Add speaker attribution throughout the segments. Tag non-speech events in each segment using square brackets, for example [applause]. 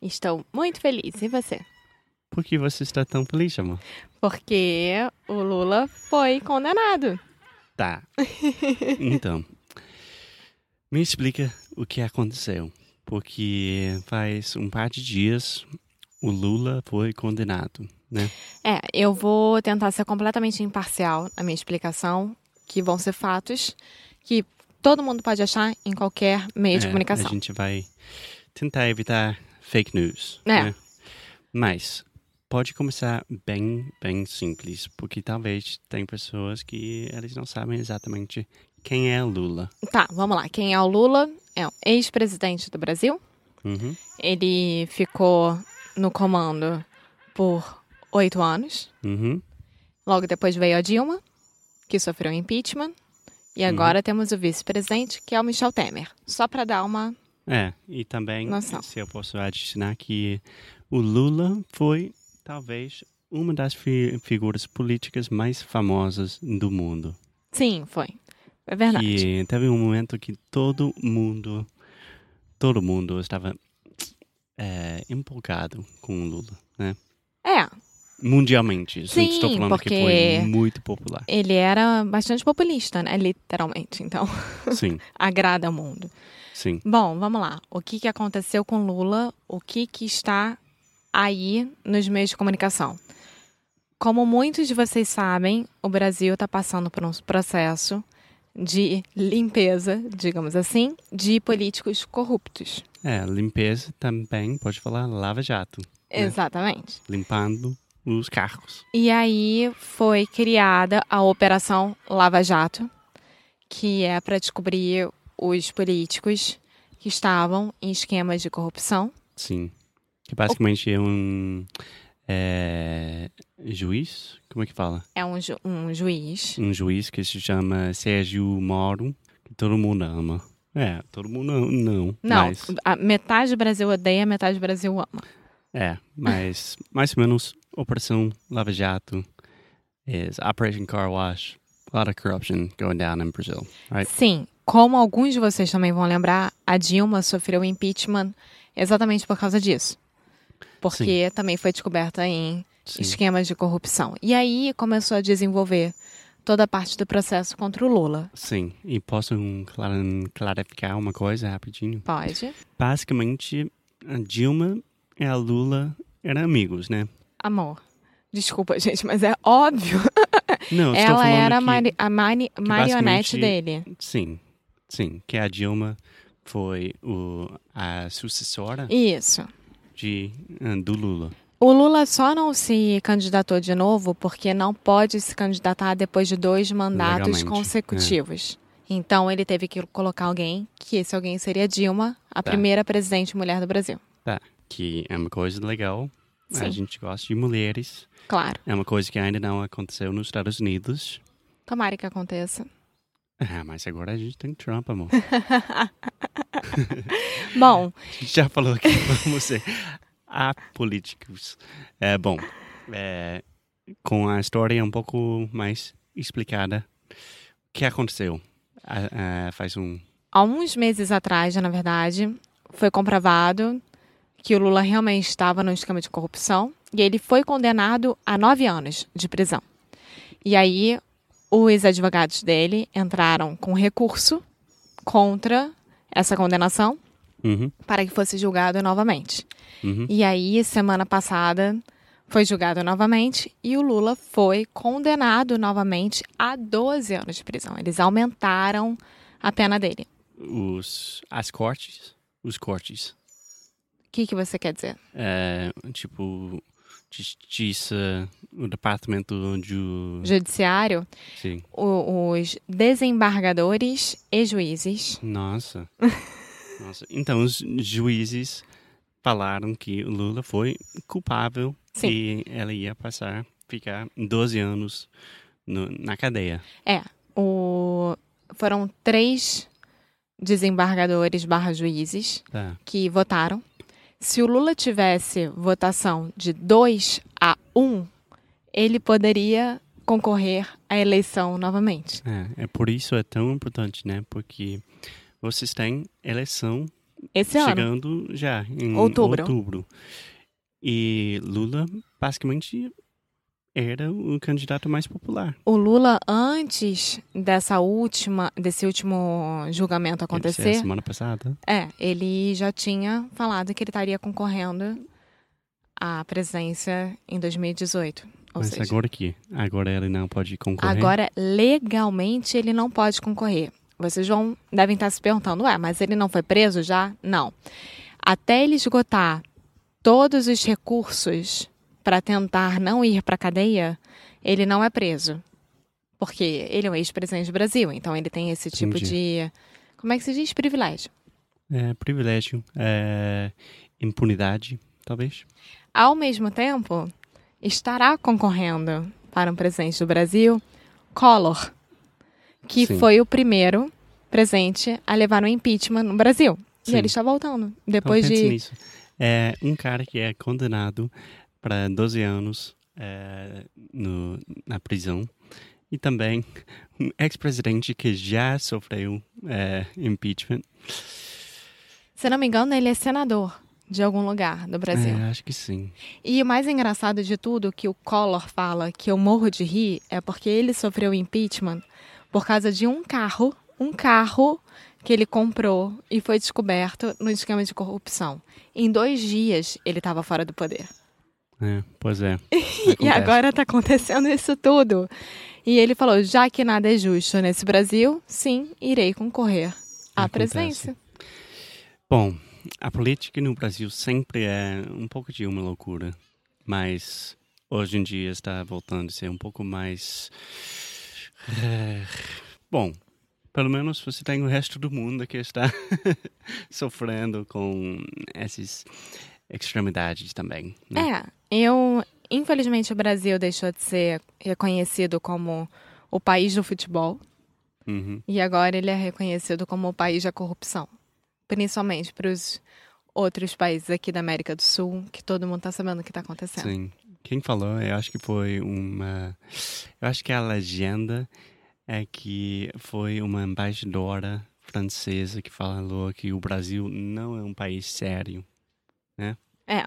Speaker 1: Estou muito feliz. E você?
Speaker 2: Por que você está tão feliz, amor?
Speaker 1: Porque o Lula foi condenado. [laughs]
Speaker 2: Tá. Então, me explica o que aconteceu. Porque faz um par de dias o Lula foi condenado, né?
Speaker 1: É, eu vou tentar ser completamente imparcial na minha explicação, que vão ser fatos que todo mundo pode achar em qualquer meio de
Speaker 2: É,
Speaker 1: comunicação.
Speaker 2: A gente vai tentar evitar fake news.
Speaker 1: É.
Speaker 2: né? Mas pode começar bem, bem simples, porque talvez tem pessoas que eles não sabem exatamente quem é Lula.
Speaker 1: Tá, vamos lá. Quem é o Lula? É um ex-presidente do Brasil.
Speaker 2: Uhum.
Speaker 1: Ele ficou no comando por oito anos.
Speaker 2: Uhum.
Speaker 1: Logo depois veio a Dilma, que sofreu impeachment. E agora temos o vice-presidente, que é o Michel Temer. Só para dar uma.
Speaker 2: É, e também,
Speaker 1: Noção.
Speaker 2: se eu posso adicionar que o Lula foi talvez uma das fi- figuras políticas mais famosas do mundo.
Speaker 1: Sim, foi. É verdade.
Speaker 2: que teve um momento que todo mundo, todo mundo estava é, empolgado com o Lula, né?
Speaker 1: É,
Speaker 2: Mundialmente, isso não estou
Speaker 1: Sim,
Speaker 2: falando que
Speaker 1: porque-
Speaker 2: foi muito popular.
Speaker 1: [laughs] ele era bastante populista, né? Literalmente. Então, [laughs]
Speaker 2: Sim,
Speaker 1: agrada ao mundo.
Speaker 2: sim.
Speaker 1: Bom, vamos lá. O que, que aconteceu com Lula? O que, que está aí nos meios de comunicação? Como muitos de vocês sabem, o Brasil está passando por um processo de limpeza, digamos assim, de políticos corruptos.
Speaker 2: É, limpeza também pode falar Lava Jato, É.
Speaker 1: Exatamente.
Speaker 2: limpando os carros.
Speaker 1: E aí foi criada a Operação Lava Jato, que é para descobrir os políticos que estavam em esquemas de corrupção.
Speaker 2: Sim. Que basicamente é um é, juiz, como é que fala?
Speaker 1: É um, ju- um juiz.
Speaker 2: um juiz que se chama Sérgio Moro, que todo mundo ama. É, todo mundo não, não,
Speaker 1: Não,
Speaker 2: mas
Speaker 1: a metade do Brasil odeia, metade do Brasil ama.
Speaker 2: é, mas [laughs] mais ou menos Operação Lava Jato is Operation Car Wash. A lot of corruption going down in Brazil, right?
Speaker 1: Sim, como alguns de vocês também vão lembrar, a Dilma sofreu impeachment exatamente por causa disso. Porque também foi descoberta em
Speaker 2: Sim.
Speaker 1: esquemas de corrupção. E aí começou a desenvolver toda a parte do processo contra o Lula.
Speaker 2: Sim, e posso um, clar- clarificar uma coisa rapidinho?
Speaker 1: Pode.
Speaker 2: Basicamente, a Dilma e a Lula eram amigos, né?
Speaker 1: Amor. Desculpa, gente, mas é óbvio.
Speaker 2: Não, estou
Speaker 1: Ela
Speaker 2: falando
Speaker 1: era a
Speaker 2: que...
Speaker 1: mari- a mani- marionete
Speaker 2: basicamente-
Speaker 1: dele.
Speaker 2: Sim, sim, que a Dilma foi o, a sucessora
Speaker 1: Isso.
Speaker 2: de, eh, do Lula.
Speaker 1: O Lula só não se candidatou de novo porque não pode se candidatar depois de dois mandatos
Speaker 2: Legalmente, é.
Speaker 1: consecutivos. Então ele teve que colocar alguém, que esse alguém seria Dilma, a
Speaker 2: Tá.
Speaker 1: primeira presidente mulher do Brasil.
Speaker 2: Que é uma coisa legal. A
Speaker 1: Sim.
Speaker 2: gente gosta de mulheres.
Speaker 1: Claro.
Speaker 2: É uma coisa que ainda não aconteceu nos Estados Unidos.
Speaker 1: Tomara que aconteça.
Speaker 2: Ah, mas agora a gente tem Trump,
Speaker 1: [laughs]
Speaker 2: amor.
Speaker 1: Bom,
Speaker 2: A gente já falou que vamos ser apolíticos. É bom. é, com a história um pouco mais explicada, o que aconteceu? Ah, ah, faz um.
Speaker 1: há uns meses atrás, na verdade, foi comprovado que o Lula realmente estava num esquema de corrupção e ele foi condenado a nove anos de prisão. E aí, os advogados dele entraram com recurso contra essa condenação
Speaker 2: Uhum,
Speaker 1: para que fosse julgado novamente.
Speaker 2: uhum.
Speaker 1: E aí, semana passada, Foi julgado novamente e o Lula foi condenado novamente a 12 anos de prisão. Eles aumentaram a pena dele.
Speaker 2: Os, as cortes, os cortes.
Speaker 1: O que, que você quer dizer?
Speaker 2: É, tipo, justiça, o departamento de...
Speaker 1: Judiciário,
Speaker 2: Sim.
Speaker 1: o- os desembargadores e juízes.
Speaker 2: Nossa. Nossa. Então, os juízes falaram que o Lula foi culpável
Speaker 1: Sim.
Speaker 2: e ela ia passar, ficar 12 anos no- na cadeia.
Speaker 1: O, foram três desembargadores barra juízes
Speaker 2: Tá.
Speaker 1: que votaram. Se o Lula tivesse votação de 2 a 1, ele poderia concorrer à eleição novamente.
Speaker 2: É, é por isso é tão importante, né? Porque vocês têm eleição
Speaker 1: Esse ano.
Speaker 2: chegando já em
Speaker 1: Outubro.
Speaker 2: outubro. E Lula basicamente era o candidato mais popular.
Speaker 1: O Lula, antes dessa última, desse último julgamento
Speaker 2: Ele disse a
Speaker 1: acontecer,
Speaker 2: semana passada.
Speaker 1: é, ele já tinha falado que ele estaria concorrendo à presidência em 2018. Ou
Speaker 2: mas
Speaker 1: seja,
Speaker 2: agora que agora ele não pode concorrer.
Speaker 1: Agora, legalmente, ele não pode concorrer. Vocês vão, devem estar se perguntando, ué, mas ele não foi preso já? Não. Até ele esgotar todos os recursos para tentar não ir para cadeia, ele não é preso. Porque ele é um ex-presidente do Brasil, então ele tem esse tipo
Speaker 2: Entendi.
Speaker 1: de. Como é que se diz? Privilégio.
Speaker 2: É privilégio, é impunidade, talvez.
Speaker 1: Ao mesmo tempo, estará concorrendo para um presidente do Brasil Collor, que
Speaker 2: Sim.
Speaker 1: foi o primeiro presidente a levar um impeachment no Brasil. E
Speaker 2: Sim.
Speaker 1: ele está voltando.
Speaker 2: Então,
Speaker 1: Depois
Speaker 2: pense
Speaker 1: de.
Speaker 2: nisso. É um cara que é condenado para 12 anos é, no, na prisão e também um ex-presidente que já sofreu é, impeachment.
Speaker 1: Se não me engano, ele é senador de algum lugar do Brasil.
Speaker 2: É, acho que sim.
Speaker 1: E o mais engraçado de tudo que o Collor fala que eu morro de rir é porque ele sofreu impeachment por causa de um carro, um carro que ele comprou e foi descoberto no esquema de corrupção. Em dois dias ele estava fora do poder.
Speaker 2: É, pois
Speaker 1: [laughs]
Speaker 2: é.
Speaker 1: E
Speaker 2: Acontece.
Speaker 1: agora tá acontecendo isso tudo. E ele falou: já que nada é justo nesse Brasil, sim, irei concorrer à
Speaker 2: Acontece.
Speaker 1: presidência.
Speaker 2: Bom, a política no Brasil sempre é um pouco de uma loucura, mas hoje em dia está voltando a ser um pouco mais. eh, Bom, pelo menos você tem o resto do mundo que está [laughs] sofrendo com essas extremidades também. Né?
Speaker 1: É, eu. Infelizmente, o Brasil deixou de ser reconhecido como o país do futebol.
Speaker 2: Uhum.
Speaker 1: E agora ele é reconhecido como o país da corrupção. Principalmente para os outros países aqui da América do Sul, que todo mundo tá sabendo o que tá acontecendo.
Speaker 2: Sim. Quem falou, eu acho que foi uma. Eu acho que a legenda é que foi uma embaixadora francesa que falou que o Brasil não é um país sério, né?
Speaker 1: É.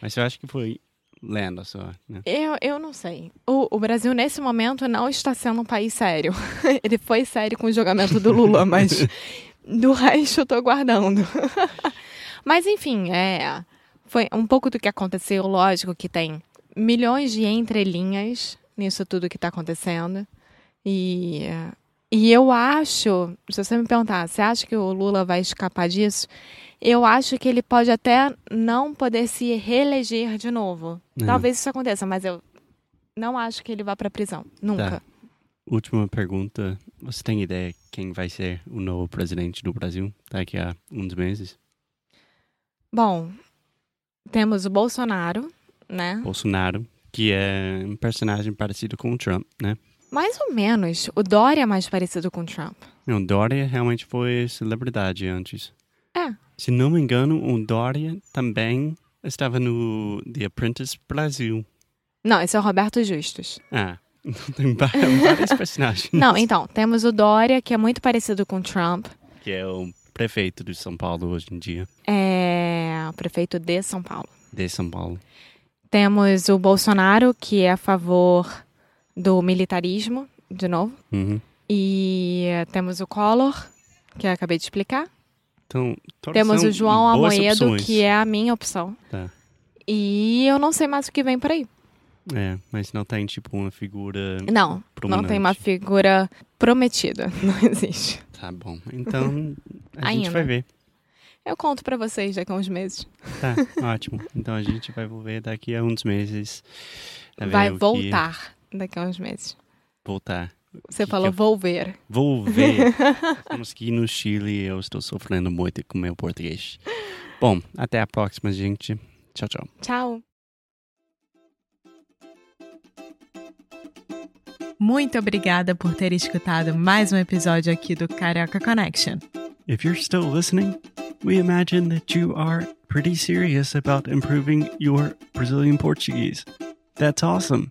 Speaker 2: Mas eu acho que foi lenda só, né?
Speaker 1: Eu, eu não sei. O, o Brasil, nesse momento, não está sendo um país sério. [laughs] Ele foi sério com o julgamento do Lula, mas do resto eu tô guardando. [laughs] mas, enfim, é, foi um pouco do que aconteceu. Lógico que tem milhões de entrelinhas nisso tudo que está acontecendo. E, é, e eu acho, se você me perguntar, você acha que o Lula vai escapar disso? Eu acho que ele pode até não poder se reeleger de novo.
Speaker 2: É.
Speaker 1: Talvez isso aconteça, mas eu não acho que ele vá pra prisão. Nunca.
Speaker 2: [laughs] Última pergunta: você tem ideia quem vai ser o novo presidente do Brasil daqui a uns meses?
Speaker 1: Bom, temos o Bolsonaro, né?
Speaker 2: Bolsonaro, que é um personagem parecido com o Trump, né?
Speaker 1: Mais ou menos. O Dória é mais parecido com o Trump.
Speaker 2: Não, Dória realmente foi celebridade antes.
Speaker 1: É.
Speaker 2: Se não me engano, o Dória também estava no The Apprentice Brasil.
Speaker 1: Não, esse é o Roberto Justus.
Speaker 2: Ah, [laughs] tem va-
Speaker 1: [laughs]
Speaker 2: vários personagens.
Speaker 1: Não, então, temos o Dória, que é muito parecido com o Trump.
Speaker 2: Que é o prefeito de São Paulo hoje em dia,
Speaker 1: É. Prefeito de São Paulo.
Speaker 2: de São Paulo.
Speaker 1: Temos o Bolsonaro, que é a favor do militarismo, de novo.
Speaker 2: Uhum.
Speaker 1: E temos o Collor, que eu acabei de explicar.
Speaker 2: Então, todos
Speaker 1: Temos
Speaker 2: são
Speaker 3: um-
Speaker 1: o João
Speaker 2: boas
Speaker 1: Amoedo,
Speaker 2: opções.
Speaker 1: que é a minha opção.
Speaker 2: Tá.
Speaker 1: E eu não sei mais o que vem por aí.
Speaker 3: É, mas não tem tipo uma figura.
Speaker 1: Não, não
Speaker 3: Prominente.
Speaker 1: tem uma figura prometida. [laughs] Não existe.
Speaker 3: Tá bom. Então a
Speaker 1: Ainda.
Speaker 3: gente vai ver.
Speaker 1: Eu conto pra vocês daqui a uns meses.
Speaker 3: Tá, ótimo. Então a gente vai ver daqui a uns meses. Tá
Speaker 1: Vai
Speaker 3: vendo que-
Speaker 1: voltar daqui a uns meses.
Speaker 3: Voltar.
Speaker 1: Você
Speaker 3: que
Speaker 1: falou
Speaker 3: eu-
Speaker 1: vou ver.
Speaker 3: Vou ver. Temos que ir no Chile. Eu estou sofrendo muito com meu português. Bom, até a próxima, gente. Tchau, tchau.
Speaker 1: Tchau.
Speaker 4: Muito obrigada por ter escutado mais um episódio aqui do Carioca Connection.
Speaker 2: If you're still listening, we imagine that you are pretty serious about improving your Brazilian Portuguese. That's awesome.